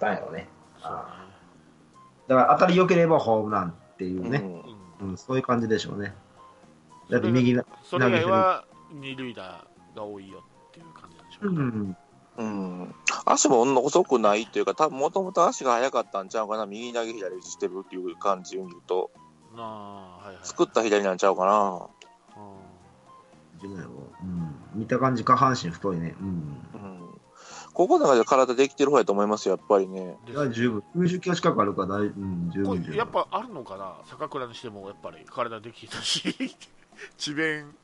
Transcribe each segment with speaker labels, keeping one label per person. Speaker 1: たんやろね。
Speaker 2: そう
Speaker 1: だから当たり良ければホームランっていうね、
Speaker 3: うん
Speaker 2: ねうん
Speaker 1: うんそういう感じでしょうね。だって右な、
Speaker 2: それ以外は二塁打が多いよっていう感じなんでしょ
Speaker 1: う
Speaker 2: うか、
Speaker 1: ん、
Speaker 3: うん、足も細くないというか、多分もともと足が速かったんちゃうかな、右投げ左打ちしてるっていう感じを見ると、
Speaker 2: なあはいはい
Speaker 3: 作った左なんちゃうかな。
Speaker 2: う
Speaker 1: うん、見た感じ下半身太いね。うん。
Speaker 3: うんここの中で体できてる方やと思いますよ、やっぱりね。
Speaker 2: んで
Speaker 1: いや十分。90キロ近くあるから大、うん、十
Speaker 2: こ
Speaker 1: 分十
Speaker 2: れ
Speaker 1: 分。
Speaker 2: やっぱあるのかな坂倉にしてもやっぱり体できたし 智弁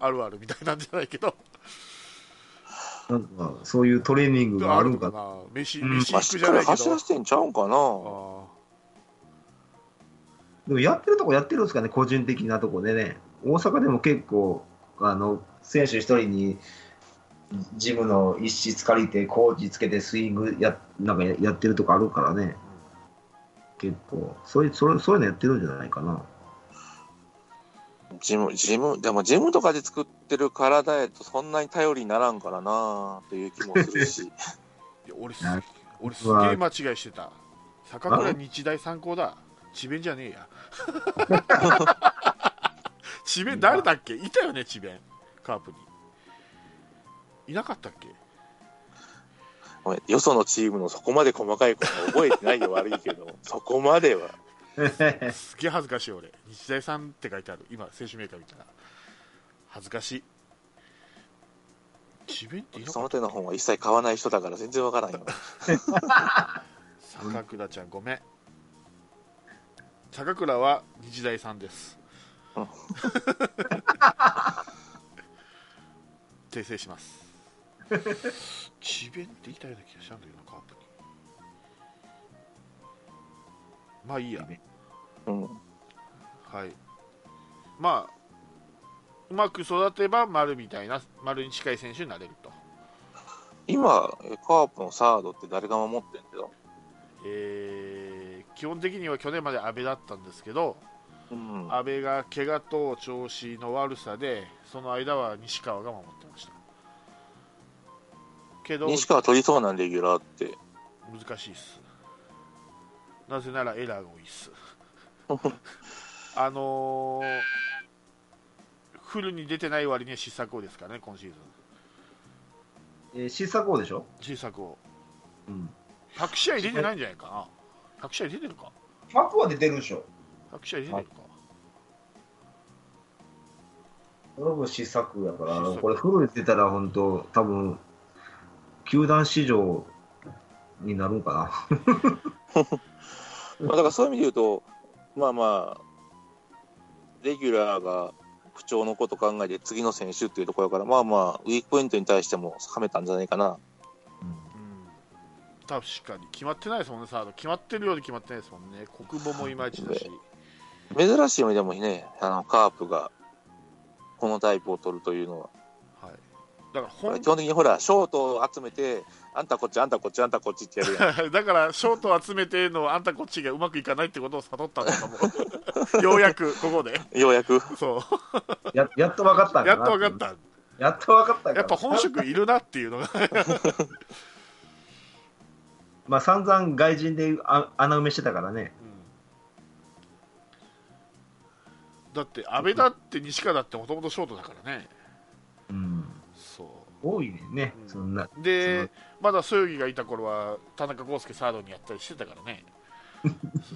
Speaker 2: あるあるみたいなんじゃないけど
Speaker 1: なんか、そういうトレーニングがあるんか
Speaker 2: のな飯
Speaker 1: うん
Speaker 2: 飯
Speaker 3: まあ、
Speaker 2: 行
Speaker 3: し
Speaker 2: く
Speaker 3: っ
Speaker 2: じゃ
Speaker 3: か
Speaker 2: な
Speaker 3: り
Speaker 2: いけ
Speaker 3: 走
Speaker 2: ど、
Speaker 3: らせてんちゃうんかな。
Speaker 2: あ
Speaker 1: でもやってるとこやってるんですかね、個人的なとこでね。大阪でも結構、あの、選手一人に、ジムの一室借りて、コーチつけてスイングや、なんかややってるとこあるからね。結構、そういう、それそういうのやってるんじゃないか な。
Speaker 3: ジム、ジム、でもジムとかで作ってる体やとそんなに頼りにならんからなという気もす るし。
Speaker 2: ーいや俺す
Speaker 1: な
Speaker 2: 俺すげえ間違いしてた坂倉日大三高だ智弁じゃねえや智弁誰だっけいたよね智弁カープにいなかったっけ
Speaker 3: ごめんよそのチームのそこまで細かいこと覚えてないよ、悪いけど。そこまでは。
Speaker 2: すげえ恥ずかしい俺日大さんって書いてある今選手メーカー見たら恥ずかしい智弁っていな
Speaker 3: そ
Speaker 2: かっ
Speaker 3: の手の本は一切買わない人だから全然わからんよ。
Speaker 2: た坂倉ちゃんごめん坂倉は日大さんです
Speaker 3: うん
Speaker 2: 訂正します智弁っていたような気がしたんだけどなカープにまあいいや
Speaker 3: うん。
Speaker 2: はい、まあうまく育てば丸みたいな丸に近い選手になれると、
Speaker 3: 今、えカープのサードって誰が守ってんけど。
Speaker 2: えー基本的には去年まで阿部だったんですけど
Speaker 3: うん。
Speaker 2: 阿部が怪我と調子の悪さでその間は西川が守ってましたけど
Speaker 3: 西川取りそうなんで、レギュラーって。
Speaker 2: 難しいっすなぜならエラーが多いっすあのーフルに出てない割には失策多いですからね今シーズン
Speaker 1: えー、失策王でしょ
Speaker 2: 失策を
Speaker 1: うん。
Speaker 2: 100試合出てないんじゃないかな100試合出てるか
Speaker 1: 100は出てるでしょ。
Speaker 2: 100試合出てるか
Speaker 1: その分失策やか
Speaker 2: 失
Speaker 1: ら、
Speaker 2: 策
Speaker 1: これフルで出たら本当多分、球団史上になるんか
Speaker 3: まあ、だからそういう意味で言うと、まあまあ、レギュラーが不調のこと考えて次の選手っていうところだから、まあまあ、ウィークポイントに対してもはめたんじゃないかな。
Speaker 1: な。うん
Speaker 2: うん確かに決まってないですもんねサード決まってるようで決まってないですもんね国母もいまいちだし
Speaker 3: 珍しい意味でもね、あの、カープが、このタイプを取るというのは。
Speaker 2: はいだから
Speaker 3: 基
Speaker 2: 本
Speaker 3: 本的にほら、ショートを集めて、あんたこっち、あんたこっち、あんたこっちってやるやん。
Speaker 2: だからショートを集めてのあんたこっちがうまくいかないってことを悟ったんだと思 うようやくここで
Speaker 3: ようやく。
Speaker 2: そ
Speaker 1: ややっと分かったん
Speaker 2: う
Speaker 1: か
Speaker 2: や
Speaker 1: な
Speaker 2: っと分かっ。た
Speaker 1: やっと分かったんかな
Speaker 2: やっぱ本職いるなっていうのが
Speaker 1: まあ散々外人であ穴埋めしてたからね。
Speaker 2: うんだって阿部だって西川だってもともとショートだからね
Speaker 1: うん。
Speaker 2: そう
Speaker 1: 多いねんね
Speaker 2: う、ん
Speaker 1: そんな。
Speaker 2: でまだそよぎがいた頃は田中康介サードにやったりしてたから ね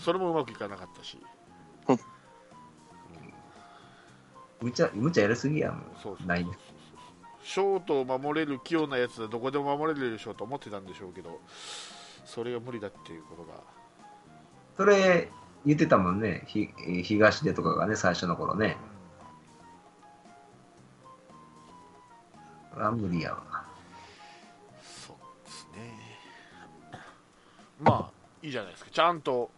Speaker 2: それもうまくいかなかったし
Speaker 1: 無茶、無茶やりすぎやもん。
Speaker 2: そうそう
Speaker 1: ない
Speaker 2: ショートを守れる器用なやつはどこでも守れるでしょうと思ってたんでしょうけどそれが無理だっていうことが
Speaker 1: それ、言ってたもんね。ひ東出とかがね、最初の頃ね。あ無理やわ。
Speaker 2: そうですねまあいいじゃないですかちゃんと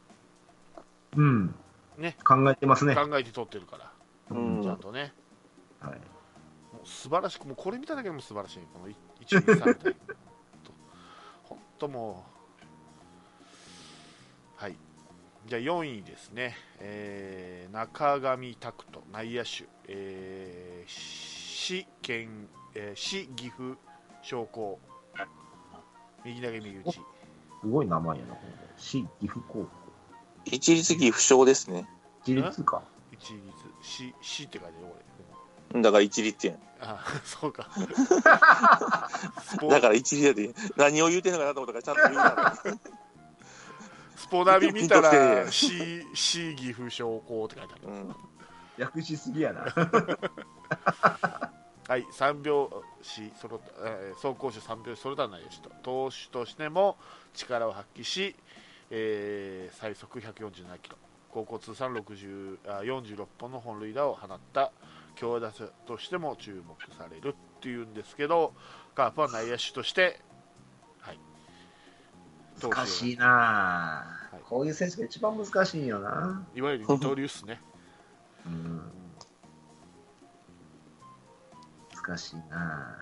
Speaker 1: うん。
Speaker 2: ね。
Speaker 1: 考えてますね。
Speaker 2: 考えて取ってるから、
Speaker 3: うん
Speaker 2: ちゃんとね
Speaker 1: はい。
Speaker 2: もう素晴らしくもうこれ見ただけでも素晴らしいこの123対本当もうはいじゃあ4位ですね、えー中上拓人内野手、えー、市県、えー市岐阜商工右投げ右打ち
Speaker 1: すごい名前やな、これ。市岐阜高校。
Speaker 3: 一律岐不詳ですね。
Speaker 1: 自立か。
Speaker 2: 一律、し、しって書いてあるよ、こ
Speaker 3: だから一律や
Speaker 2: れ。あ、そうか。ス
Speaker 3: ん。
Speaker 2: ポ
Speaker 3: だから一律やで、何を言うてんのかなと思ったから、ちゃんと言うな。
Speaker 2: スポナビ見た
Speaker 3: ピンとき
Speaker 2: ら、
Speaker 3: て
Speaker 2: し、し岐阜商工って書いてある。
Speaker 3: うん、
Speaker 1: 略しすぎやな。
Speaker 2: はい、3秒し揃った、えー走攻守3秒揃った内容しと、投手としても力を発揮し、えー最速147キロ、高校通算60あ46本の本塁打を放った強打者としても注目されるっていうんですけど、カープは内野手として、はい、投手
Speaker 1: 難しいな、
Speaker 2: はい
Speaker 1: こういう選手が一番難しいよな。
Speaker 2: いわゆる二刀流っすね。
Speaker 1: うん。難しいな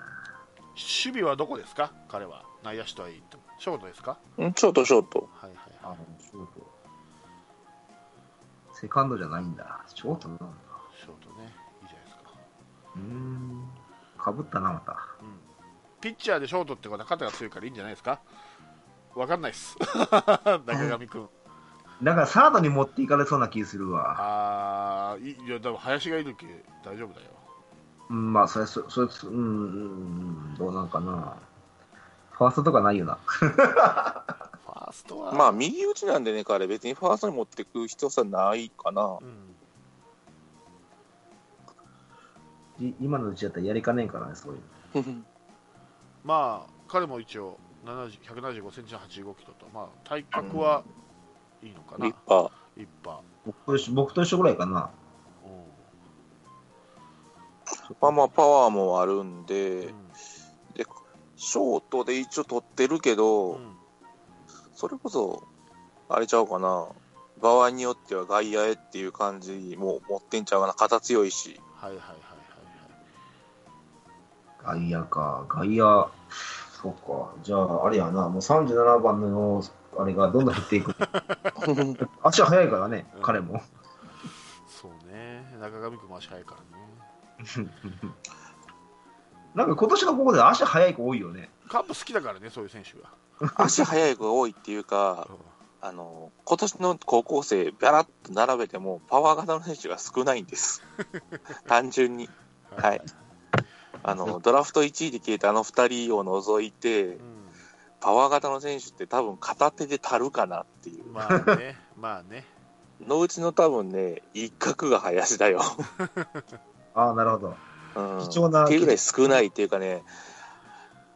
Speaker 2: 守備はどこですか、彼は内野手とは言っても、ショートですか、
Speaker 3: うんショート、ショート。
Speaker 2: はいはいはい、
Speaker 1: あの、ショート。セカンドじゃないんだ。ショートなんだ。
Speaker 2: ショートね、いいじゃないですか。
Speaker 1: うーん。かぶったな、また。
Speaker 2: うんピッチャーでショートってことは肩が強いからいいんじゃないですかわかんないっす 中上君
Speaker 1: なんかサードに持っていかれそうな気するわ。
Speaker 2: ああいいやでも林がいるけ大丈夫だよ
Speaker 1: うん、まあ、それ、そそれ、そうんうん、うん、どうなんかな。ファーストとかないよな。
Speaker 2: ファーストは
Speaker 3: まあ、右打ちなんでね、彼、別にファーストに持ってく必要さないかな。
Speaker 2: うん、
Speaker 1: い今のうちやったらやりかねえからね、そういうの。
Speaker 2: まあ彼も一応70 175センチの85キロとまあ体格はいいのかな、
Speaker 3: 立派。
Speaker 2: 一般、
Speaker 1: 僕と一緒僕と一緒ぐらいかな。
Speaker 2: う
Speaker 3: まあまあ、パワーもあるん
Speaker 2: ん
Speaker 3: で、
Speaker 2: うん
Speaker 3: で、ショートで一応取ってるけ
Speaker 2: う
Speaker 3: ど、
Speaker 2: ん
Speaker 3: それこそ、あれちゃうかな。場合によっては外野へっていう感じも持ってんちゃうかな。肩強い し。
Speaker 2: はいはいはいはいはい
Speaker 1: 外野か、外野。そっか。じゃあ、あれやな、もう37番の、あれがどんどん減っていく。 足は速いからね
Speaker 2: うん、
Speaker 1: 彼も。
Speaker 2: そうね中上君も足速いからね
Speaker 1: なんか今年のここで足速い子多いよね。
Speaker 2: カップ好きだからねそういう選手が、
Speaker 3: 足速い子が多いっていうか、あの、今年の高校生、ばらっと並べても、パワー型の選手が少ない んです。単純に。はい。あの、ドラフト1位で消えたあの2人を除いて
Speaker 2: う、ん
Speaker 3: パワー型の選手って多分片手で足るかなっていう。
Speaker 2: まあね、 まあね。
Speaker 3: のうちの多分ね、一角が 林だよ。
Speaker 1: ああ、なるほど。
Speaker 3: うん
Speaker 1: 貴重な
Speaker 3: っていうぐらい少ないっていうかね、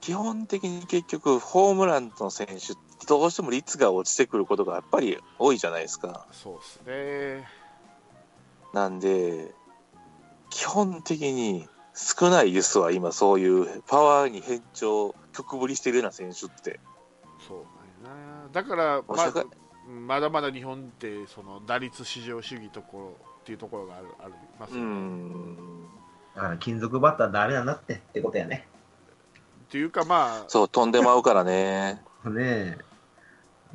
Speaker 3: 基本的に結局、ホームランの選手ってどうしても率が落ちてくることがやっぱり多いじゃないですか。
Speaker 2: そうですね。
Speaker 3: なんで、基本的に少ないですわ、今、そういうパワーに変調、曲振りしてるような選手って。
Speaker 2: そうだよな。だから、
Speaker 3: お
Speaker 2: ま
Speaker 3: 社
Speaker 2: あ
Speaker 3: 会
Speaker 2: まだまだ日本って、その打率至上主義ところっていうところがあるあります
Speaker 3: う
Speaker 2: よね。
Speaker 3: ん。
Speaker 1: だから金属バッターダメだなってってことやね。
Speaker 2: っていうか、まあ、
Speaker 3: そう、飛んでまうからね。
Speaker 1: ねえ。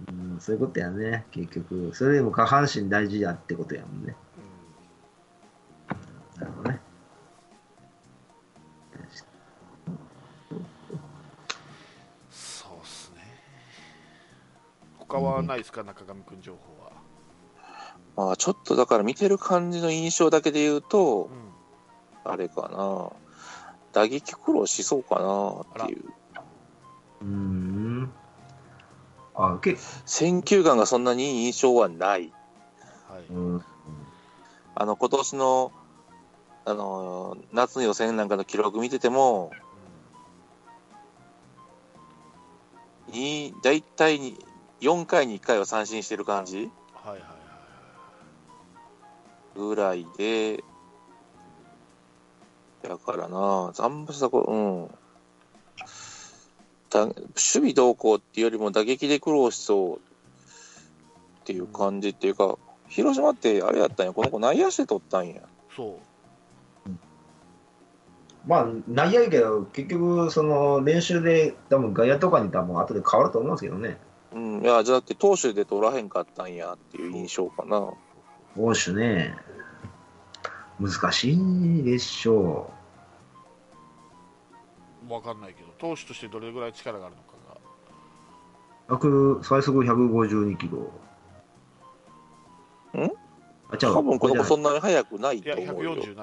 Speaker 1: うん、そういうことやね、結局。それでも下半身大事やってことやもんね。
Speaker 2: うん
Speaker 1: なるほどね。
Speaker 2: そうっすね。他はないですか、中上君情報は。
Speaker 3: まあ、ちょっとだから見てる感じの印象だけで言うと、
Speaker 2: うん
Speaker 3: あれかな。打撃苦労しそうかなっていう。
Speaker 1: うーん。あ、け、
Speaker 3: 選球眼がそんなにいい印象はない。
Speaker 2: はい。
Speaker 1: うん。
Speaker 3: あの、今年の、あのー、夏の予選なんかの記録見てても、に大体に4回に1回は三振してる感じ
Speaker 2: はいはいはい。
Speaker 3: ぐらいで、だからな、残部さ、こうん。だ守備同行っていうよりも打撃で苦労しそうっていう感じっていうか、広島ってあれやったんや、この子内野手で取ったんや。
Speaker 2: そう。
Speaker 1: まあ、内野やけど、結局、その、練習で、多分外野とかに多分後で変わると思うんですけどね。
Speaker 3: うん、いや、じゃなくて投手で取らへんかったんやっていう印象かな。
Speaker 1: 投手ね、難しいでしょ
Speaker 2: わかんないけど、投手としてどれぐらい力があるのかが。
Speaker 1: 100最速152キロ。
Speaker 3: ん
Speaker 1: あ、違うわ。
Speaker 3: 多分この子そ
Speaker 1: ん
Speaker 3: んなに速くない
Speaker 2: いや
Speaker 3: と思うよ。
Speaker 2: 147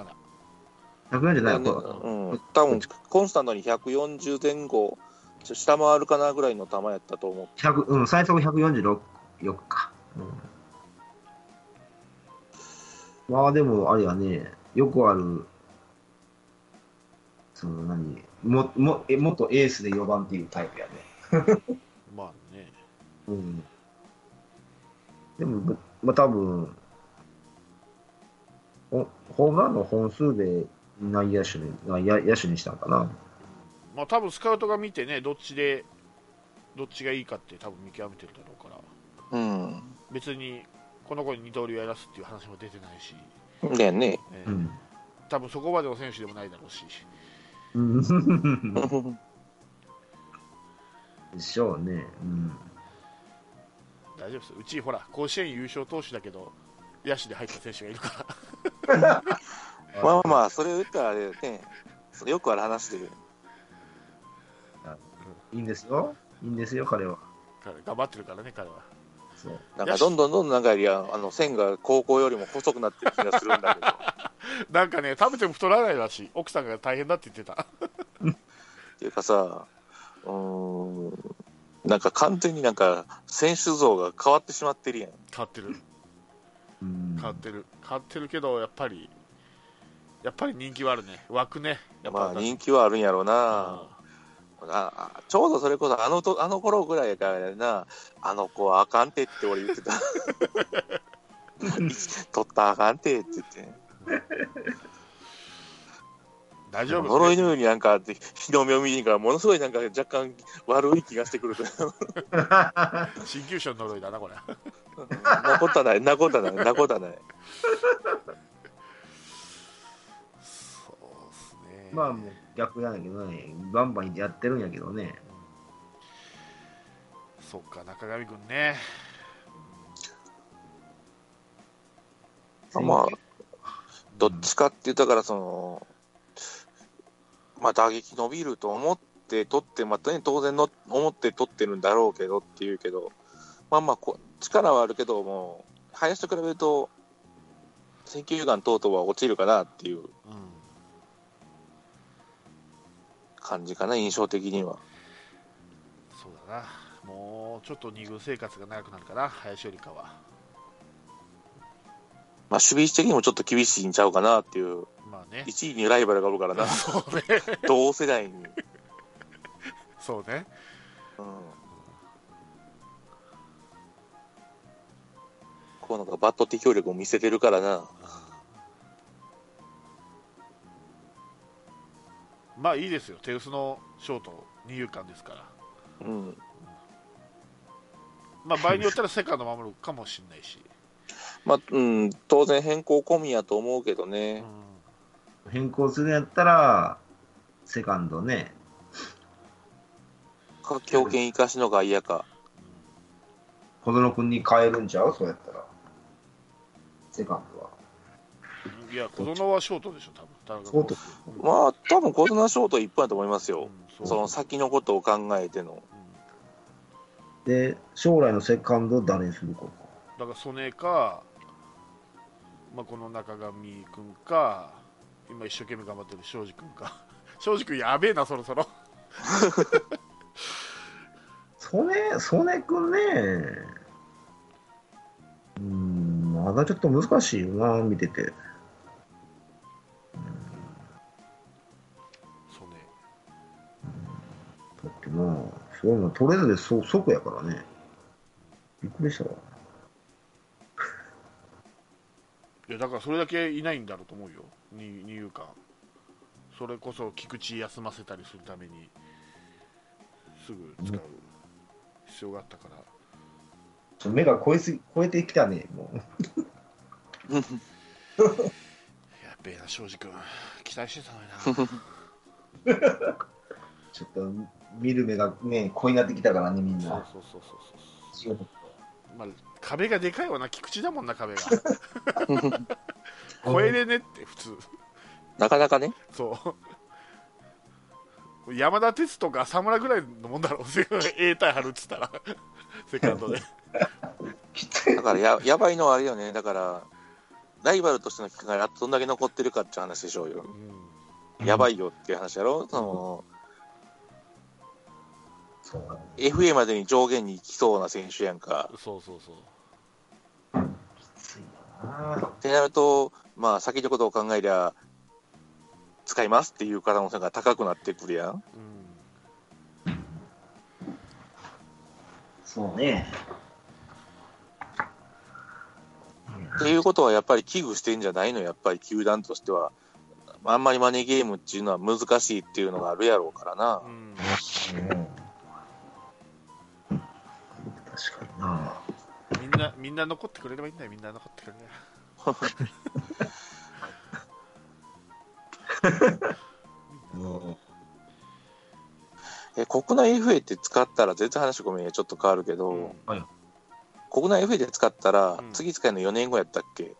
Speaker 1: 100じゃない
Speaker 3: ね
Speaker 1: わ。
Speaker 3: うん、多分コンスタントに140前後ちょ下回るかなぐらいの球やったと思う
Speaker 1: 100うん、最速146か。うん、まあでも、あれやね、よくある、その何、も、も、え、元エースで4番っていうタイプやね。
Speaker 2: まあね
Speaker 1: うん。でも、まあ多分、ほホームランの本数で内野手に、内野野手にしたんかな。
Speaker 2: まあ多分スカウトが見てねどっちでどっちがいいかって多分見極めてるだろうから
Speaker 3: うん
Speaker 2: 別にこの子に二刀流やらすっていう話も出てないし、
Speaker 3: だよね
Speaker 2: え
Speaker 1: う
Speaker 2: ー
Speaker 1: ん。
Speaker 2: 多分そこまでの選手でもないだろうし
Speaker 1: うん。
Speaker 3: うん
Speaker 1: でしょうね。うん。
Speaker 2: 大丈夫ですうちほら甲子園優勝投手だけど野手で入った選手がいるから
Speaker 3: まあまあまあそれ言ったらあれねそれよくある話で
Speaker 1: いいんですよ。いいんですよ、彼は。
Speaker 2: 彼頑張ってるからね彼は
Speaker 1: そう。
Speaker 3: なんかどんどんどんどんなんかよりああの線が高校よりも細くなってる気がするんだけど
Speaker 2: なんかね食べても太らないらしい奥さんが大変だって言ってた
Speaker 3: っていうかさうーんなんか完全になんか選手像が変わってしまってるやん
Speaker 2: 変わってる
Speaker 1: うん
Speaker 2: 変わってる変わってるけどやっぱりやっぱり人気はあるね湧くねやっ
Speaker 3: ま
Speaker 2: ぱ
Speaker 3: あ人気はあるんやろうな、
Speaker 2: あ
Speaker 3: ああちょうどそれこそあのとあの頃ぐらいやからなあの子はあかんてって俺言ってた 取ったらあかんてって言って
Speaker 2: 大丈夫
Speaker 3: 呪いのようになんかで日の目を見にからものすごいなんか若干悪い気がしてくる
Speaker 2: 新球種の呪いだなこれ
Speaker 3: なことはないなことはないなことはない
Speaker 2: そうですね
Speaker 1: まあもう逆なんだけどね、バンバンやってるんやけどね。
Speaker 2: そっか中上君ね
Speaker 3: まあどっちかって言ったからそのまあ打撃伸びると思って取ってまたね当然の思って取ってるんだろうけどっていうけどまあまあこ力はあるけども林と比べると選球眼等々は落ちるかなっていう
Speaker 2: うん
Speaker 3: 感じかな印象的には
Speaker 2: そうだなもうちょっと二軍生活が長くなるかな林よりかは
Speaker 3: まあ守備位置的にもちょっと厳しいんちゃうかなっていう
Speaker 2: まあね
Speaker 3: 1位にライバルがおるか らな
Speaker 2: そうね
Speaker 3: 同世代に、うん、
Speaker 2: そうね
Speaker 3: こうなんかバット適応力を見せてるからな
Speaker 2: まあいいですよ手薄のショート二遊間ですから
Speaker 3: うん
Speaker 2: まあ場合によったらセカンド守るかもしれないし、
Speaker 3: まあ、うん、当然変更込みやと思うけど
Speaker 2: うん
Speaker 3: ね、
Speaker 1: 変更するんやったら、セカンドね。
Speaker 3: か強肩生かしの外野か、
Speaker 1: 小園君に変えるんちゃうそうやったら。セカンドは。
Speaker 2: いや子供はショートでしょ多分田中
Speaker 1: ショート
Speaker 2: 君うん
Speaker 3: まあ、多分小園ショート一本やと思いますよ、
Speaker 2: うん
Speaker 3: その
Speaker 2: う
Speaker 3: 先のことを考えての、
Speaker 2: うん
Speaker 1: で、将来のセカンド誰にするか。
Speaker 2: だから曽根か、まあ、この中上君か今一生懸命頑張ってる庄司君か 庄司君やべえなそろそろ
Speaker 1: 曽根、曽根君ね。うーん、まだちょっと難しいよな、見てて。
Speaker 2: 曽根
Speaker 1: だってな、そういうの取れずでそ即やからね。びっくりしたわ。
Speaker 2: いやだからそれだけいないんだろうと思うよに二遊間それこそ菊池休ませたりするためにすぐ使う必要があったから
Speaker 1: ちょ目が超えすぎ超えてきたね、もう。
Speaker 2: やっべえな庄司君期待してたのにな
Speaker 1: ちょっと見る目がね、濃いなってきたからね、みんな。
Speaker 2: そうそうそうそうそう、まあ、壁がでかいわな菊池だもんな 壁が超えれねって普通
Speaker 3: なかなかね、
Speaker 2: そう山田哲人か浅村ぐらいのもんだろう A 対春っつったらセカンド で。
Speaker 1: きつい
Speaker 3: だからや、やばいのはあれよね。だから、ライバルとしての機会がどんだけ残ってるかっていう話でしょうよ
Speaker 2: う。ん
Speaker 3: やばいよっていう話やろその、
Speaker 1: そうなんだ
Speaker 3: FA までに上限に行きそうな選手やんか。
Speaker 2: そうそうそう。
Speaker 1: きついな
Speaker 3: ってなると、まあ、先のことを考えりゃ、使いますっていう可能性が高くなってくるやん。
Speaker 2: うん
Speaker 1: そうね
Speaker 3: っていうことは、やっぱり危惧してんじゃないの、やっぱり球団としては。あんまりマネーゲームっていうのは難しいっていうのがあるやろうからな
Speaker 2: う。ん
Speaker 1: うん確かにな
Speaker 2: みんな、みんな残ってくれればいいんだよ、みんな残ってくれれば。
Speaker 1: うん
Speaker 3: え国内 FA って使ったら、全然話ごめんねちょっと変わるけど、
Speaker 2: うん
Speaker 3: 国内 FA で使ったら、
Speaker 2: うん
Speaker 3: 次使えるの4年後やったっけ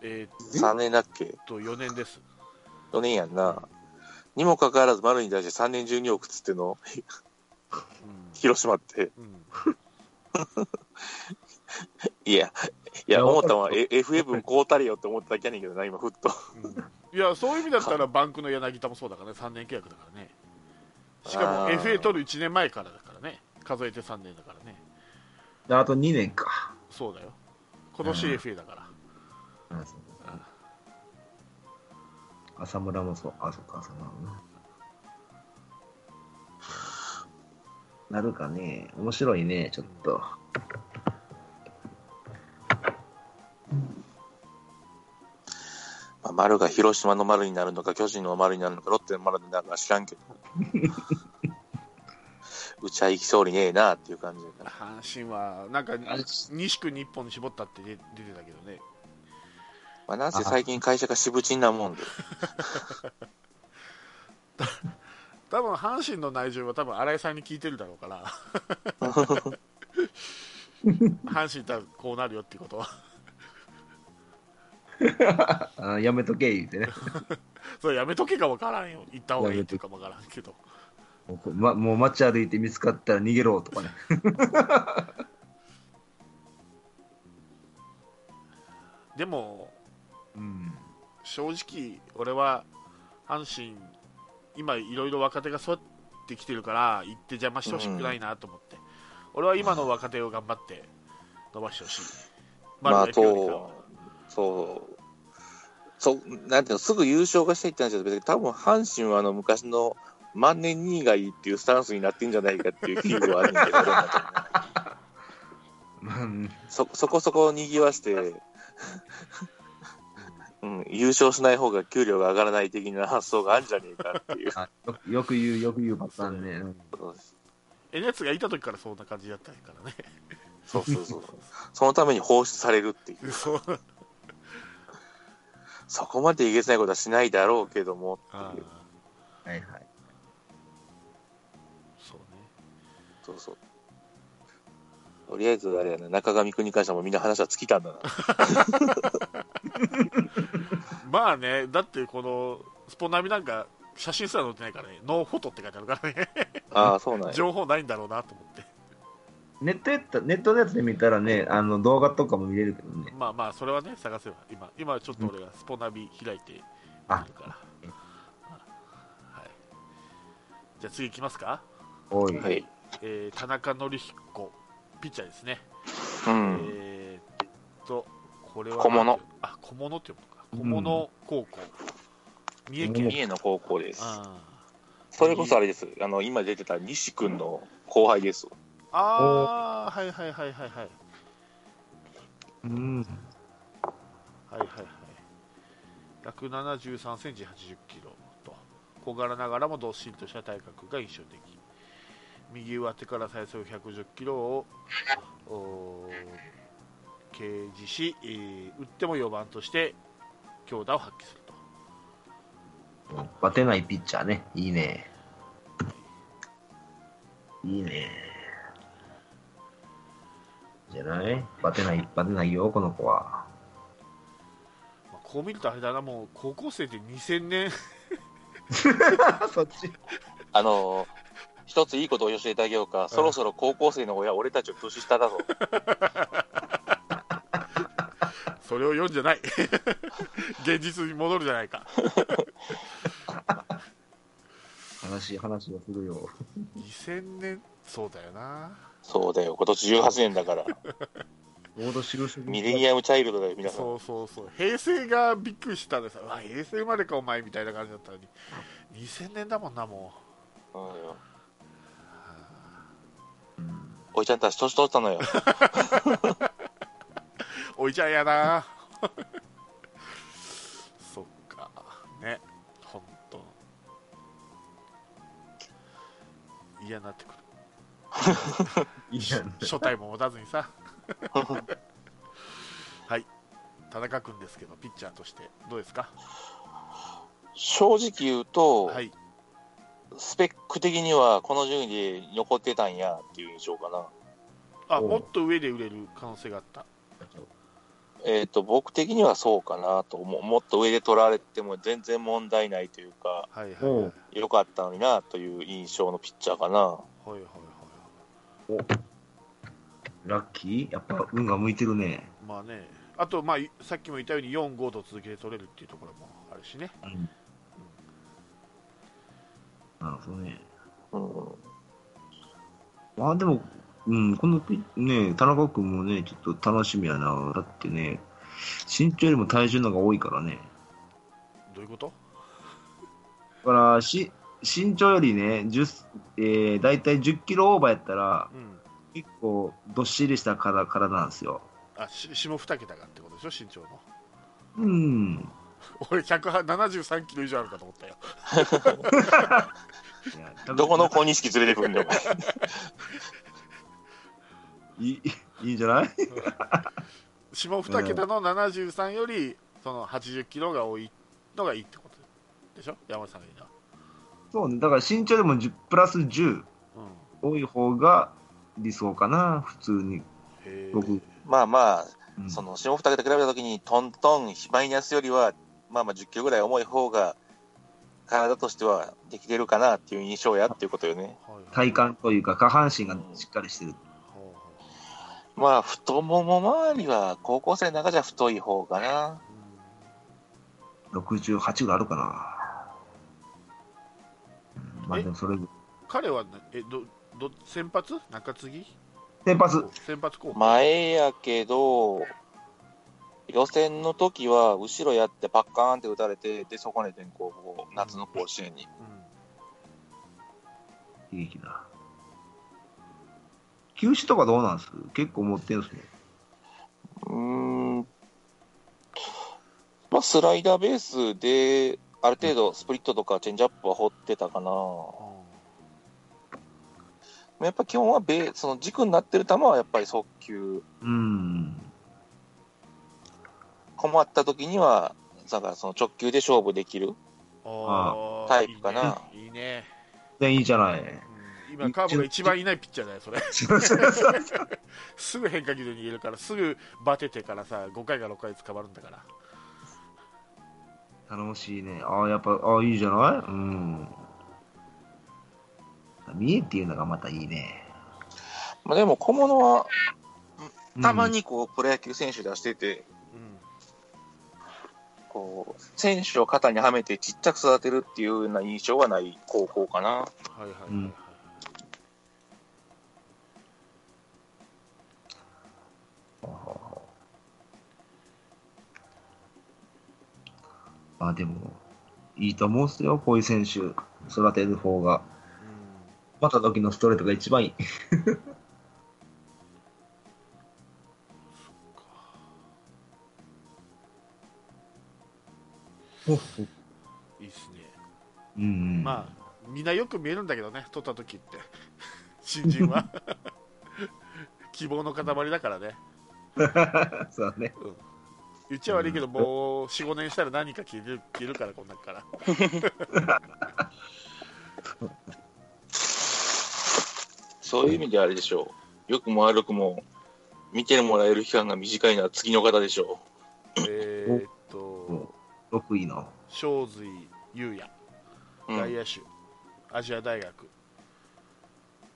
Speaker 2: えーっ
Speaker 3: ?3 年だっけ
Speaker 2: と、4年です。
Speaker 3: ?4 年やんな。にもかかわらず、丸に対して3年12億つっての、
Speaker 2: うん
Speaker 3: 広島って。
Speaker 2: うん
Speaker 3: いや、いや、思ったのは、え FA 分こうたれよって思っただけやねんけどな、今、ふっと。
Speaker 2: うんいや、そういう意味だったら、バンクの柳田もそうだからね、3年契約だからね。しかも
Speaker 3: あー
Speaker 2: FA 取る1年前からだからね、数えて3年だからね、
Speaker 1: であと2年か
Speaker 2: そうだよ、今年
Speaker 1: うん
Speaker 2: FA だから、
Speaker 1: 浅村もそうあそっか浅村もななるかね面白いねちょっと
Speaker 3: まあ、丸が広島の丸になるのか、巨人の丸になるのか、ロッテの丸になるのか知らんけど。 うちは行きそうにねえなっていう感じだから。
Speaker 2: 阪神はなんか
Speaker 1: あれ
Speaker 2: 西区に1本に絞ったって出出てたけどね、
Speaker 3: まあ、なんせ最近会社が渋ちんなも んで。
Speaker 2: 多分阪神の内情は多分新井さんに聞いてるだろうから、 阪神ったらこうなるよっていうことは、
Speaker 1: あやめとけ言うてね
Speaker 2: それやめとけかわからんよ、行った方がいいっていうかわからんけど、
Speaker 1: もう,、ま、もう街歩いて見つかったら逃げろとかね
Speaker 2: でも、
Speaker 1: うん
Speaker 2: 正直俺は阪神今いろいろ若手が育ってきてるから行って邪魔してほしくないなと思って、俺は今の若手を頑張って伸ばしてほしい
Speaker 3: まあ、
Speaker 2: 丸田よりかは
Speaker 3: と、そう。そう、なんていうの、すぐ優勝がしたいって話じゃなくて、多分阪神はあの昔の万年2位がいいっていうスタンスになってんじゃないかっていう危惧はあるんだけ ど俺の中でね、
Speaker 1: まあうん。
Speaker 3: そ、そこそこ賑わして、うん、優勝しない方が給料が上がらない的な発想があるんじゃねえかっていう
Speaker 1: あよよく言うよく言うパターンねうん
Speaker 3: そう
Speaker 2: エネツがいた時からそんな感じだったからね
Speaker 3: そうそうそう。そのために放出されるっていう。
Speaker 2: そう
Speaker 3: そこまでいげつないことはしないだろうけどもって
Speaker 2: あ
Speaker 3: いう。
Speaker 2: あ
Speaker 1: はいはい
Speaker 2: そうね
Speaker 3: そうそう。とりあえず、あれやな、中上君に関してはもうみんな話は尽きた んだな。
Speaker 2: まあねだってこのスポナビなんか写真すら載ってないからねノーフォトって書いてあるからね
Speaker 3: ああ、そうなん や。
Speaker 2: 情報ないんだろうなと思って
Speaker 1: ネットやったネットのやつで見たらねあの動画とかも見れるけどね
Speaker 2: まあまあそれはね探せば今今ちょっと俺がスポナビ開いて見るから、
Speaker 1: あ
Speaker 2: はい、じゃあ次いきますか、
Speaker 1: おい、
Speaker 3: はい。
Speaker 2: えー田中紀彦ピッチャーですね、
Speaker 3: うん。
Speaker 2: えーっとこれは
Speaker 3: 小物
Speaker 2: あ小物って読むのか小物高校、三重県
Speaker 3: 三重の高校です。
Speaker 2: あー
Speaker 3: それこそあれです。あの、今出てた西君の後輩です。
Speaker 2: あーはいはいはいはいはい
Speaker 1: うん
Speaker 2: はいはいはい173センチ80キロと小柄ながらもどっしりとした体格が印象的右上手から最速110キロをおー掲示し、えー打っても4番として強打を発揮すると
Speaker 1: バテないピッチャーね。いいね。いいね。じゃないバテない、バテないよ、この子 は。
Speaker 2: まあこう見るとあれだなもう高校生って2000年
Speaker 1: そっち。
Speaker 3: あの、一ついいことを教えてあげようか、そろそろ高校生の親、俺たちを年下だぞ。
Speaker 2: それを読んじゃない 現実に戻るじゃないか
Speaker 1: 悲しい話をするよ。
Speaker 2: 2000年そうだよな
Speaker 3: そうだよ、今年18年だ から、
Speaker 1: ちょうど就職
Speaker 3: ミレニアムチャイルドだよ、皆さん。
Speaker 2: そうそうそう平成がびっくりしたんですわ平成生まれかお前みたいな感じだったのに2000年だもんなも
Speaker 3: そうよおいちゃんたち年取った のよ。
Speaker 2: うおいちゃんやな そっかね本当嫌になってくる
Speaker 1: いやね
Speaker 2: 初体も持たずにさ はい田中君ですけどピッチャーとしてどうですか
Speaker 3: 正直言うと、
Speaker 2: はい
Speaker 3: スペック的にはこの順位で残ってたんやっていう印象かな。
Speaker 2: あ
Speaker 1: おう
Speaker 2: もっと上で売れる可能性があった
Speaker 3: えっ、と、僕的にはそうかなと思う。もっと上で取られても全然問題ないという
Speaker 2: は
Speaker 3: か、
Speaker 2: いはいはい
Speaker 1: お
Speaker 2: は
Speaker 1: う
Speaker 3: 良かったのになという印象のピッチャーかな。
Speaker 2: いはいはい
Speaker 1: ラッキーやっぱ運が向いてるね。
Speaker 2: まあねあとまあいさっきも言ったように45と続けて取れるっていうところもあるしね
Speaker 1: うん。なるほどね。
Speaker 3: うん。
Speaker 1: まあでも、うん、このピね、田中君もね、ちょっと楽しみやな。だってね、身長よりも体重の方が多いからね。
Speaker 2: どういうこと
Speaker 1: だからし、身長よりね、10えー、大体10キロオーバーやったら、
Speaker 2: うん
Speaker 1: 結構どっしりした体体なんですよ。
Speaker 2: あし下2桁がってことでしょ身長の
Speaker 1: うん。
Speaker 2: 俺173キロ以上あるかと思ったよ
Speaker 1: いや多分
Speaker 3: どこの小錦連れてくるんだよ。
Speaker 1: いいいいんじゃない
Speaker 2: 下2桁の73よりその80キロが多いのがいいってことでしょ山下さんがいいな
Speaker 1: そうね、だから身長よりも10プラス10
Speaker 2: うん
Speaker 1: 多い方が理想かな、普通に。
Speaker 2: へえ
Speaker 1: 僕
Speaker 3: まあまあ、
Speaker 1: うん
Speaker 3: その下2桁と比べたときに、トントン、マイナスよりは、まあまあ10キロぐらい重い方が、体としてはできてるかなっていう印象やっていうことよね。
Speaker 2: はいはい
Speaker 1: 体幹というか、下半身がしっかりしてる。
Speaker 2: ほうほう
Speaker 3: まあ、太もも周りは、高校生の中じゃ太い方かな。
Speaker 2: うん
Speaker 1: 68ぐらいあるかな。うんまあ
Speaker 2: え
Speaker 1: でもそれ、
Speaker 2: 彼は、ね、えどど先発中継ぎ
Speaker 1: 先発、
Speaker 2: 先発候補、
Speaker 3: 前やけど、予選の時は、後ろやってパッカーンって打たれて、で、そこねてん、こうこう、夏の甲子園に。
Speaker 2: うん
Speaker 1: 悲劇だ。球種とかどうなんす結構持ってるんすね。
Speaker 3: うーんまあ、スライダーベースで、ある程度スプリットとかチェンジアップは放ってたかな。やっぱ基本はベーその軸になってる球はやっぱり速球。
Speaker 1: うん。
Speaker 3: 困った時には、だからその直球で勝負できる。
Speaker 2: あー
Speaker 3: タイプかない
Speaker 2: いねいいね、
Speaker 1: 全員いいじゃない。
Speaker 2: うん今カーブが一番いないピッチャーだよそれ すぐ変化球で逃げるからすぐバテてからさ5回か6回捕まるんだから
Speaker 1: 頼もしいね。ああ、やっぱ、ああ、いいじゃないうん。見えっていうのがまたいいね。
Speaker 3: まあ、でも小物は
Speaker 1: うん
Speaker 3: たま。にこうプロ野球選手出してて、
Speaker 2: うん
Speaker 3: こう、選手を肩にはめてちっちゃく育てるっていうような印象はない高校かな。
Speaker 2: はいはいはい、
Speaker 1: う
Speaker 2: はい
Speaker 1: んまあでも、いいと思うんすよ、こういう選手、育てる方が。また時のストレートが一番い い。ほっほ
Speaker 2: うん、いいっすね
Speaker 1: うんうん、
Speaker 2: まあみんなよく見えるんだけどね取った時って 新人は 希望の塊だからね
Speaker 1: あ、 そうだね。
Speaker 2: 言っちゃ悪いけど、もう45年したら何か消える消えるからこんなから
Speaker 3: そういう意味ではあれでしょう。良くも悪くも、見てもらえる期間が短いのは次の方でしょ
Speaker 2: えーっと
Speaker 1: 6位の。
Speaker 2: 正水優也
Speaker 3: う。うん
Speaker 2: 外野手、アジア大学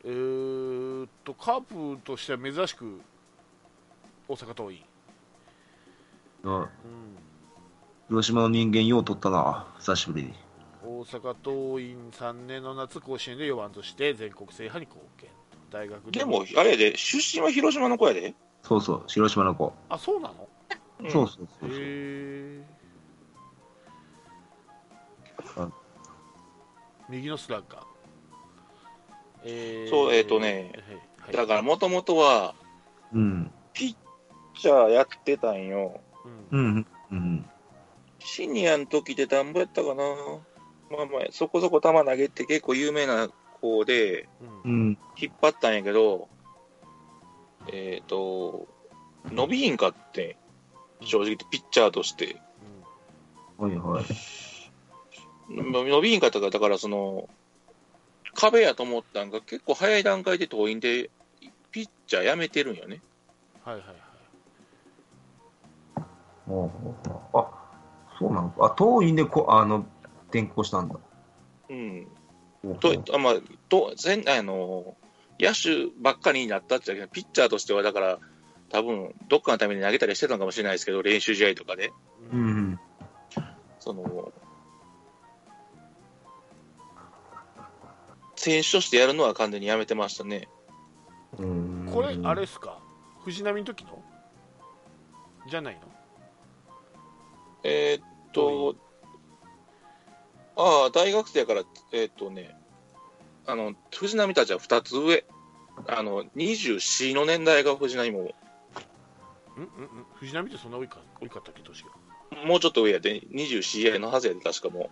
Speaker 2: えーっとカープとしては珍しく大阪桐蔭、
Speaker 1: うん
Speaker 2: うん
Speaker 1: 広島の人間、よう取ったな、久しぶりに。
Speaker 2: 大阪桐蔭3年の夏甲子園で4番として全国制覇に貢献大学
Speaker 3: でも、あれやで、出身は広島の子やで。
Speaker 1: そうそう、広島の子。
Speaker 2: あそうなの
Speaker 3: うん
Speaker 1: そうそうそうそう。
Speaker 2: へ
Speaker 1: あ
Speaker 2: ー右のスラッガー、え
Speaker 3: そうえーとね、
Speaker 2: はい
Speaker 3: だから、もともとは、
Speaker 1: うん。
Speaker 3: ピッチャーやってたんよ。
Speaker 2: うん
Speaker 1: うん。うん。
Speaker 3: シニアの時で田んぼやったかな。まあまあ、そこそこ球投げて結構有名な子で、
Speaker 2: う
Speaker 1: うんん。
Speaker 3: 引っ張ったんやけど、えっ、と、伸びひんかって、正直言ってピッチャーとして。
Speaker 1: はいはい。
Speaker 3: 伸びひんかったから、だからその、壁やと思ったんが、結構早い段階で党員で、ピッチャーやめてるんよね。
Speaker 2: はいはいはい
Speaker 1: ほうほうほうあ、そうなのか。あ、当院でこ、あの、転校したんだ。
Speaker 3: うん。
Speaker 1: ほうほう
Speaker 3: と、あまあ、と、前、あの、野手ばっかりになったってだけどピッチャーとしては、だから、多分、どっかのために投げたりしてたのかもしれないですけど、練習試合とかで。
Speaker 1: う、ん。
Speaker 3: その、選手としてやるのは完全にやめてましたね。
Speaker 1: うん
Speaker 2: これあれっすか藤浪の時のじゃないの
Speaker 3: えーっと、ああ、大学生やから、えーっとね、あの、藤浪たちは2つ上。あの、24の年代が藤浪も、
Speaker 2: うんうんうん藤浪ってそんな多いか多かったっけ年が
Speaker 3: もうちょっと上やで、24やのはずやで、確かも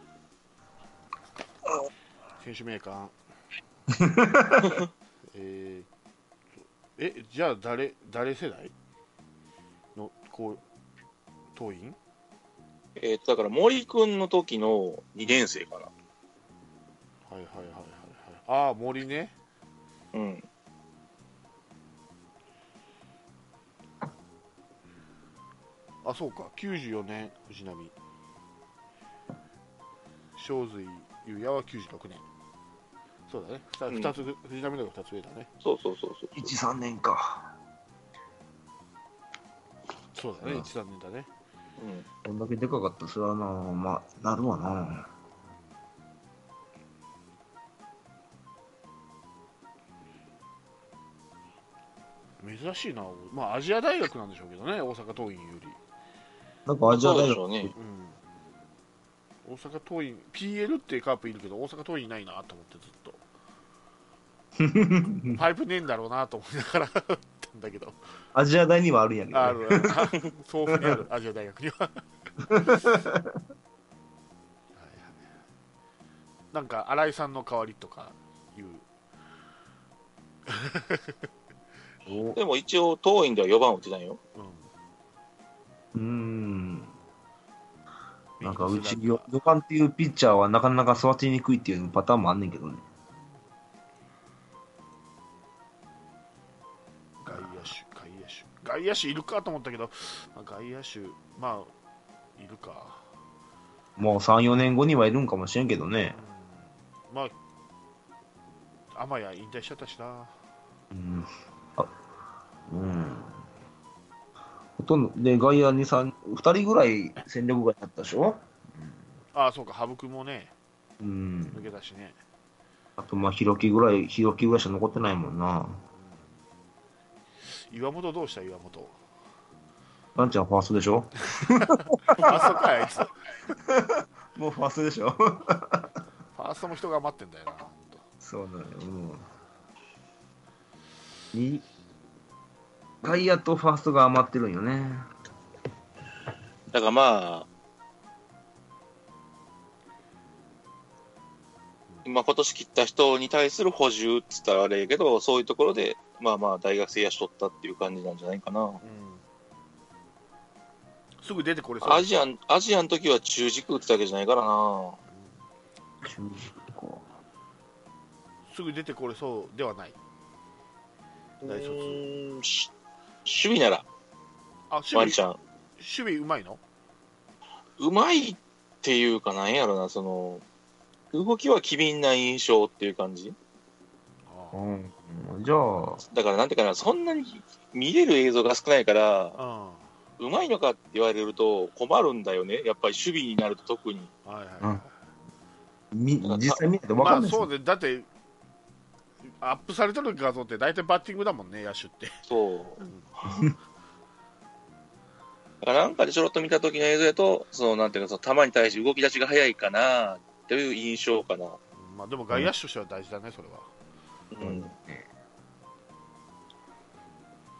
Speaker 2: 選手名 鑑えーっとえじゃあ誰誰世代のこう党員
Speaker 3: う。えーっと、だから森くんの時の2年生か
Speaker 2: はいはいはいはいはいああ森ね
Speaker 3: な。うん。
Speaker 2: あそうか94年藤浪正水優也は96年そうだね 2,
Speaker 3: うん
Speaker 2: つぐ藤浪の方が2つ上だね
Speaker 3: そうそうそうそう。
Speaker 1: 一三年か。
Speaker 2: そうだ
Speaker 1: う
Speaker 2: ね
Speaker 1: ん
Speaker 2: 13年だね
Speaker 3: うん、
Speaker 1: こんだけでかかった、それはな、まあ、なるわな。
Speaker 2: 珍しいなまあアジア大学なんでしょうけどね大阪桐蔭より
Speaker 1: なんかアジア大
Speaker 3: そう
Speaker 1: 学
Speaker 3: でしょうね
Speaker 2: うん大阪桐蔭 PL ってカープいるけど大阪桐蔭ないなと思ってずっ とパイプねえんだろうなと思いながら 打ったんだけど
Speaker 1: アジア大にはあるんやけどね、
Speaker 2: あるあるあそうにあるアジア大学には はいはいなんか新井さんの代わりとかいう
Speaker 1: お
Speaker 3: でも一応、当院では4番打ってたんよ。
Speaker 1: う
Speaker 2: うん
Speaker 1: ーん。なんかうちよ4番っていうピッチャーはなかなか育ちにくいっていうパターンもあんねんけどね。
Speaker 2: 外野手外野手外野手いるかと思ったけど、まあ、外野手まあいるか
Speaker 1: もう3、4年後にはいるんかもしれんけどね。
Speaker 2: うんまあ天谷引退しちゃったしな
Speaker 1: うん。あうん。ほとんど、で、外野に3、2人ぐらい戦力外だったでしょ
Speaker 2: ああそうか羽生君もね
Speaker 1: うん
Speaker 2: 抜。けたしね
Speaker 1: あと、まあ、ひろきぐらい、ひろきぐらいしか残ってないもんな。
Speaker 2: 岩本どうした岩本
Speaker 1: ランちゃんファーストでしょ
Speaker 2: あそこかいあいつフ
Speaker 1: もうファーストでしょ
Speaker 2: ァーストも人が待ってんだよなほんと
Speaker 1: そうなのよ、もう。に、外野とファーストが余ってるんよね。
Speaker 3: だからまあ、まあ、今年切った人に対する補充って言ったらあれやけど、そういうところで、まあまあ、大学生野手取ったっていう感じなんじゃないかな。
Speaker 2: すぐ出てこれそう
Speaker 3: アジアン、アジアの時は中軸打ってたわけじゃないからな。
Speaker 1: 中軸か
Speaker 2: すぐ出てこれそうではない大卒
Speaker 3: うーんし守備なら、
Speaker 2: あ
Speaker 3: ワ
Speaker 2: 守
Speaker 3: ンち
Speaker 2: 備
Speaker 3: ゃん。
Speaker 2: 守備うまいの
Speaker 3: うまいっていうか、なんやろな、その、動きは機敏な印象っていう感じ。
Speaker 2: あ
Speaker 1: う
Speaker 2: あ
Speaker 1: ん。じゃあ、
Speaker 3: だからなんていうかな、そんなに見れる映像が少ないから、
Speaker 2: うんは
Speaker 3: うまいのかって言われると困るんだよね、やっぱり守備になると特に。
Speaker 2: いはい、
Speaker 1: うんみ実際見ないと分かんないです
Speaker 2: まあ
Speaker 1: よ、
Speaker 2: そうねだってアップされてる画像って大体バッティングだもんね野手って
Speaker 3: そう
Speaker 2: うん。
Speaker 3: だからなんかでちょろっと見た時の映像だと、そのなんていうか、その球に対して動き出しが早いかなという印象かな。
Speaker 2: まあでも外野手としては大事だねそれは
Speaker 3: うん、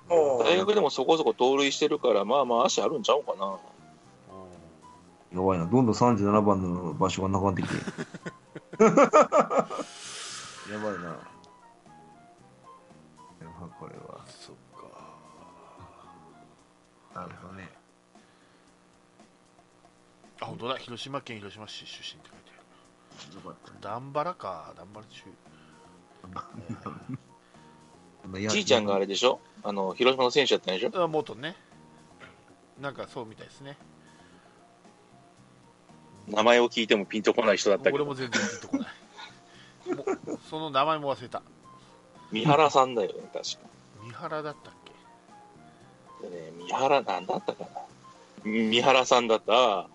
Speaker 1: お
Speaker 3: 大学でもそこそこ盗塁してるから、まあまあ足あるんちゃうかな。
Speaker 2: う
Speaker 1: 弱いな、どんどん37番の場所がなくなってき て。やばいな。やばいこれは
Speaker 2: ん。そっか
Speaker 1: なるほどね。
Speaker 2: あ本当だ広島県広島市出身って書いてある
Speaker 1: よかった
Speaker 2: ダンバラかダンバラ中
Speaker 1: まあや
Speaker 3: じいちゃんがあれでしょあの、広島の選手だったんでしょ
Speaker 2: あ元ねなんかそうみたいですね
Speaker 3: 名前を聞いてもピンとこない人だったけ
Speaker 2: 俺
Speaker 3: ど、
Speaker 2: も全然出てこないもその名前も忘れた
Speaker 3: 三原さんだよね、確か。
Speaker 2: 三原だったっけ
Speaker 3: でね、三原、なんだったかな。三原さんだった。あ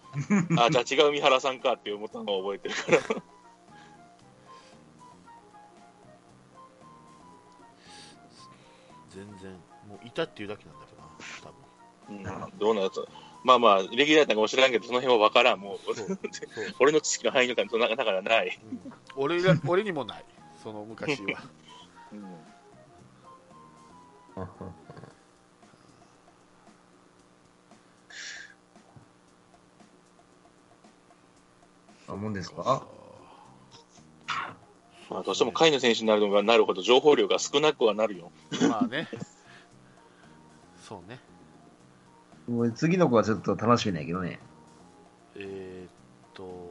Speaker 3: あ、じゃあ違う三原さんかって思ったのを覚えてるから。
Speaker 2: 全然もういたっていうだけなんだけどな多分
Speaker 3: うん、どうなると。まあまあ、レギュラーなんかも知らんけど、その辺は分からん。もう、
Speaker 2: そうそう
Speaker 3: 俺の知識の範囲の中の中からない。
Speaker 2: うん俺ら 俺にもないその昔 は
Speaker 3: うん
Speaker 1: あ、もんですか
Speaker 3: まあ、どうしても下位の選手になるのがなるほど、情報量が少なくはなるよ。
Speaker 2: まあねそうね
Speaker 1: もう次の子はちょっと楽しみなんやけどね。
Speaker 2: えーっと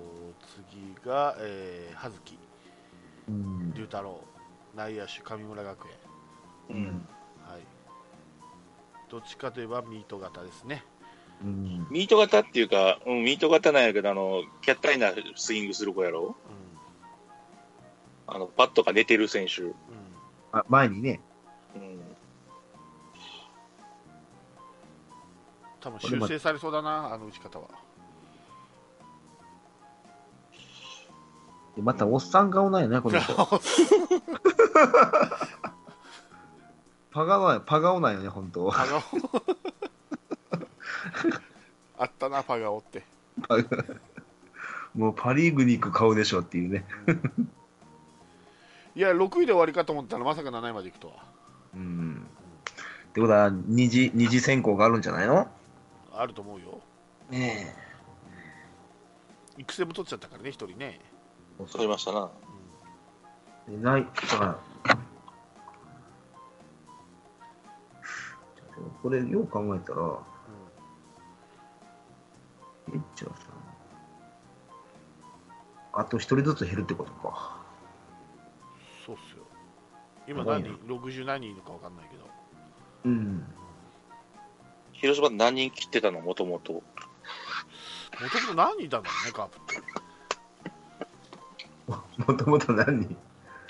Speaker 2: 次が、えー、葉月
Speaker 1: うん
Speaker 2: 龍太郎内野手上村学園
Speaker 1: うん。
Speaker 2: はいどっちかといえばミート型ですね
Speaker 1: うん。
Speaker 3: ミート型っていうか、うん、ミート型なんやけど、あの、キャッタイなスイングする子やろあの、バットが寝てる選手。
Speaker 2: うん、うん
Speaker 1: あ前にね、
Speaker 3: うん。
Speaker 2: 多分修正されそうだな、あの打ち方は。
Speaker 1: でまたおっさん顔なんやな、この子。 パガオなんパガオなんよね、本当は。
Speaker 2: パガオあったな、パガオって。
Speaker 1: もうパ・リーグに行く顔でしょっていうね。
Speaker 2: いや、6位で終わりかと思ったら、まさか7位までいくとは。
Speaker 1: うん。ってことは、二次、二次選考があるんじゃないの
Speaker 2: あると思うよ。
Speaker 1: ね
Speaker 2: 育成も取っちゃったからね、1人ね。
Speaker 1: え。
Speaker 3: 取りましたな。
Speaker 1: いないから。でもこれ、よう考えたら、えっちゃうあと一人ずつ減るってことか。
Speaker 2: そうっすよ。今
Speaker 1: やばい
Speaker 2: 何
Speaker 1: な
Speaker 2: 人、60何人いるか分かんないけど。
Speaker 1: うん。
Speaker 3: 広島で何人切ってたの、もともと。
Speaker 2: もともと何人いたんだろうね、カープっ
Speaker 1: もともと何人
Speaker 2: て。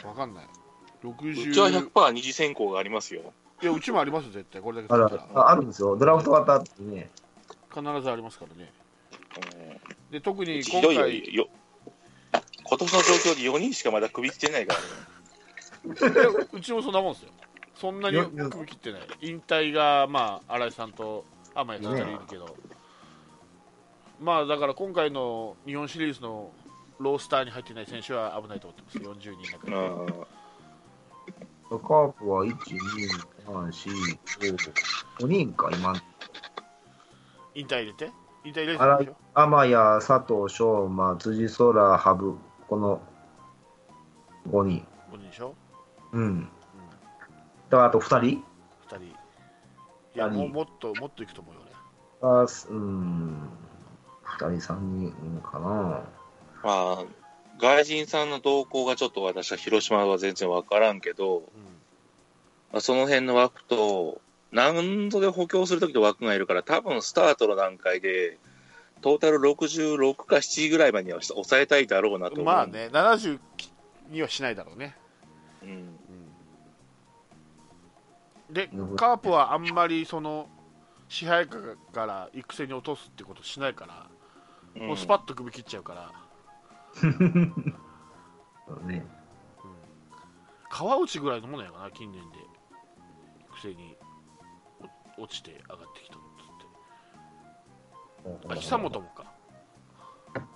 Speaker 2: 分かんない。
Speaker 3: う
Speaker 2: 60
Speaker 3: ちは100%二次選考がありますよ。
Speaker 2: いや、うちもありますよ、絶対。これだけ
Speaker 1: あ
Speaker 2: 取
Speaker 1: ら
Speaker 2: ったら。
Speaker 1: あ、あるんですよ。ドラフト型ってね。
Speaker 2: 必ずありますからね。
Speaker 3: うん
Speaker 2: で、特に
Speaker 3: ひ
Speaker 2: 今
Speaker 3: どいよ
Speaker 2: 回。
Speaker 3: よ今年の状況で4人しかまだ首切ってないからね。
Speaker 2: いやうちもそんなもんですよ。そんなに
Speaker 1: よよ
Speaker 2: 首切ってない。引退が、まあ、新井さんと天谷さんがいるけど、まあ、だから今回の日本シリーズのロースターに入ってない選手は危ないと思ってます、40人の中
Speaker 3: う
Speaker 2: で。
Speaker 3: ん
Speaker 1: カープは1、2、3、4、5、5人か、今。
Speaker 2: 引退入れて引退入れて
Speaker 1: あ
Speaker 2: た
Speaker 1: ら
Speaker 2: でしょ、
Speaker 1: 天谷、佐藤翔馬、辻空、羽生、この5人。
Speaker 2: 5人でしょ、
Speaker 1: うん。
Speaker 2: うん、
Speaker 1: だからあと2人
Speaker 2: 2人。いや、
Speaker 1: 二人
Speaker 2: もうもっと、もっといくと思うよ、
Speaker 1: あすうん。2人、3人かな。
Speaker 3: まあ、外人さんの動向がちょっと私は広島は全然わからんけど、
Speaker 2: 俺。
Speaker 3: まあ、その辺の枠と、何度で補強するときと枠がいるから、多分スタートの段階で、トータル66か7ぐらいまでには抑えたいだろうなと
Speaker 2: う
Speaker 3: 思
Speaker 2: ん、
Speaker 3: う。
Speaker 2: まあね、70にはしないだろうね。
Speaker 3: うん。
Speaker 2: うんでカープはあんまりその支配下から育成に落とすってことしないから、もうスパッと首切っちゃうから
Speaker 1: そうね。
Speaker 2: 川内ぐらいのものやかな近年で育成にお落ちて上がってきたのっつってあ久本もか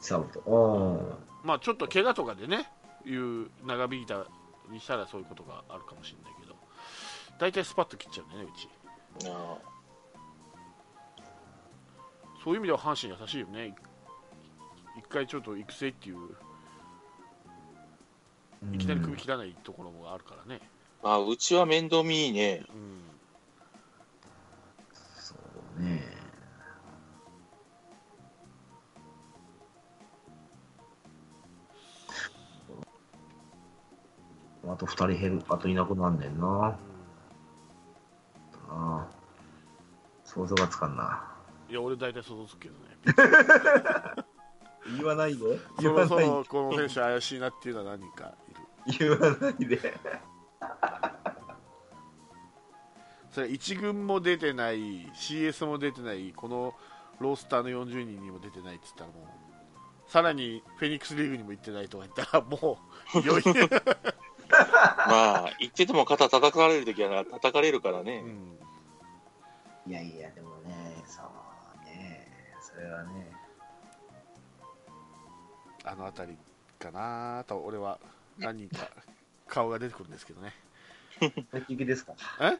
Speaker 1: 久本。うん。
Speaker 2: まあちょっと怪我とかでねいう長引いたにしたらそういうことがあるかもしれないけど大体スパッと切っちゃうんだよねうち
Speaker 3: あ
Speaker 2: そういう意味では阪神優しいよねい一回ちょっと育成っていういきなり首切らないところもあるからね
Speaker 3: まあ、うちは面倒見いいね。
Speaker 2: うん
Speaker 1: そうね。あと二人減る、あといなくなんねんな。ああ想像がつかんな。
Speaker 2: いや俺大体想像つくけどね
Speaker 1: 言わないで。
Speaker 2: そ
Speaker 1: 言わ
Speaker 2: ろそ
Speaker 1: ない
Speaker 2: ろこの選手怪しいなっていうのは何人かいる
Speaker 1: 言わないで。
Speaker 2: それ1軍も出てない CS も出てないこのロースターの40人にも出てないって言ったらもうさらにフェニックスリーグにも行ってないとか言ったらもう良 い、
Speaker 3: まあ、言ってても肩叩かれるときは叩かれるから
Speaker 2: う
Speaker 3: ね。
Speaker 2: ん
Speaker 1: いやいや、でもね、そうね。それはね。
Speaker 2: あの辺りかなと俺は何人か顔が出てくるんですけどね
Speaker 1: 左利きですか
Speaker 2: え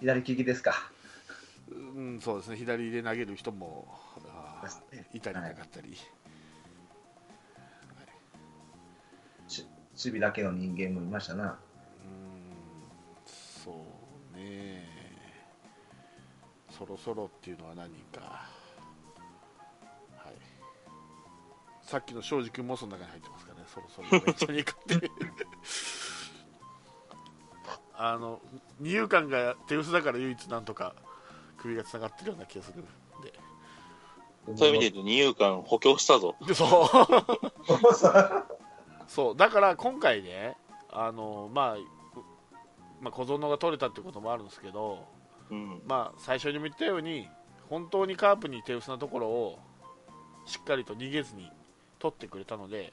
Speaker 1: 左利きですか
Speaker 2: うんそうですね左で投げる人もあーいたりなかったり、
Speaker 1: し守備だけの人間もいましたな。
Speaker 2: うーんそうねそろそろっていうのは何かはいさっきの庄司君もその中に入ってますからねそろそろいいんじゃねえかって あの二遊間が手薄だから唯一なんとか首がつながってるような気がするんで
Speaker 3: そういう意味で言うと、二遊間補強したぞ。
Speaker 2: でそう
Speaker 1: そうそう
Speaker 2: そうだから今回ねあの、まあ、まあ小園が取れたってこともあるんですけど
Speaker 3: うん。
Speaker 2: まあ、最初にも言ったように本当にカープに手薄なところをしっかりと逃げずに取ってくれたので、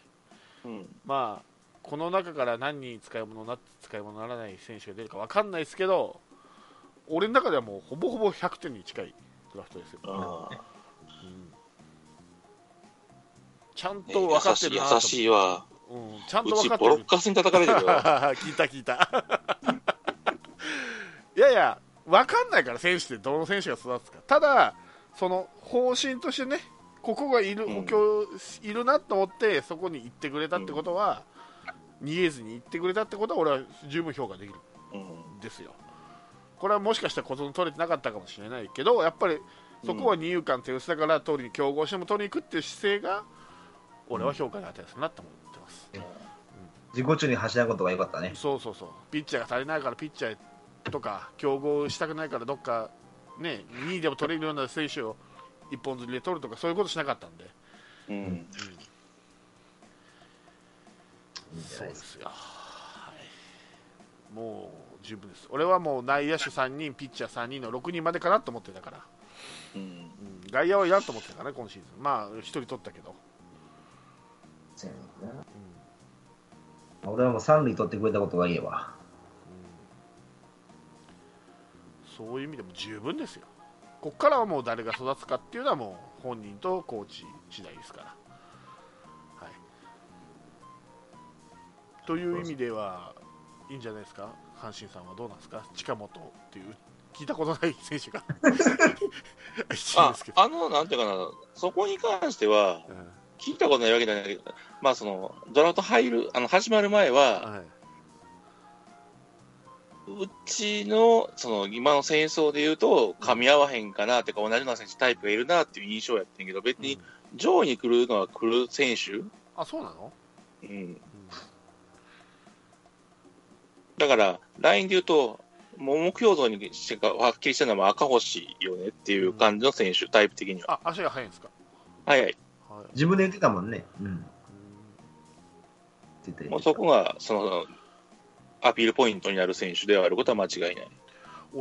Speaker 3: うん。
Speaker 2: まあ、この中から何人使い物になって使い物にならない選手が出るか分かんないですけど俺の中ではもうほぼほぼ100点に近いドラフトですよ、
Speaker 3: ああ、
Speaker 2: うんちゃん
Speaker 3: ね
Speaker 2: と分かっ
Speaker 3: 優
Speaker 2: て
Speaker 3: しい、
Speaker 2: るなと、
Speaker 3: 優しいわ。
Speaker 2: うん、ちゃん
Speaker 3: う
Speaker 2: と分
Speaker 3: ち
Speaker 2: かっ
Speaker 3: ボ
Speaker 2: て
Speaker 3: ロ
Speaker 2: る
Speaker 3: ッカスに叩かれてるよ。
Speaker 2: 聞いた聞いた いやいや分かんないから選手ってどの選手が育つかただその方針としてねここがいる
Speaker 3: うん
Speaker 2: 補強いるなと思ってそこに行ってくれたってことは、逃げずに行ってくれたってことは俺は十分評価できる
Speaker 3: うん。
Speaker 2: んですよこれはもしかしたら小園取れてなかったかもしれないけどやっぱりそこは二遊間手薄だから取りに競合しても取りに行くっていう姿勢が俺は評価に値するなと思ってます、
Speaker 1: 自己中に走らんことが良かったね。
Speaker 2: そうそうそうピッチャーが足りないからピッチャーとか競合したくないからどっか、ね、2位でも取れるような選手を一本釣りで取るとかそういうことしなかったんで、
Speaker 3: うん。
Speaker 1: いいんじゃ
Speaker 2: そ
Speaker 1: な
Speaker 2: う
Speaker 1: い
Speaker 2: で
Speaker 1: ですか
Speaker 2: すよ、はい、もう十分です俺はもう内野手3人ピッチャー3人の6人までかなと思ってたから、
Speaker 3: うん。
Speaker 2: うん、外野はいらんと思ってたからね今シーズンまあ1人取ったけど、
Speaker 1: そうやね俺はもう三塁取ってくれたことがいいわ。
Speaker 2: そういう意味でも十分ですよここからはもう誰が育つかっていうのはもう本人とコーチ次第ですから、はい、という意味ではいいんじゃないですか阪神さんはどうなんですか近本っていう聞いたことない選手が 一位
Speaker 3: あ
Speaker 2: ですけ、ど、
Speaker 3: あの、なんていうかな、そこに関しては、
Speaker 2: うん
Speaker 3: 聞いたことないわけじゃないけど、まあ、その、ドラフト入る、あの、始まる前は、
Speaker 2: はいう
Speaker 3: ちの、その、今の戦争で言うと、噛み合わへんかな、ってか、同じような選手タイプがいるな、っていう印象やってんけど、別に
Speaker 2: う、ん
Speaker 3: 上位に来るのは来る選手、
Speaker 2: あそうなの、
Speaker 3: うん、
Speaker 2: うん
Speaker 3: だから、ラインで言うと、もう目標像にしてかはっきりしたのは赤星よねっていう感じの選手、タイプ的には。
Speaker 2: あ足が速いんですか、
Speaker 3: はいはい。
Speaker 2: はい
Speaker 1: 自分で言ってたもんね。うん。
Speaker 2: う
Speaker 1: 絶対言ってた
Speaker 3: もうそこが、その、アピールポイントになる選手ではあることは間違いない。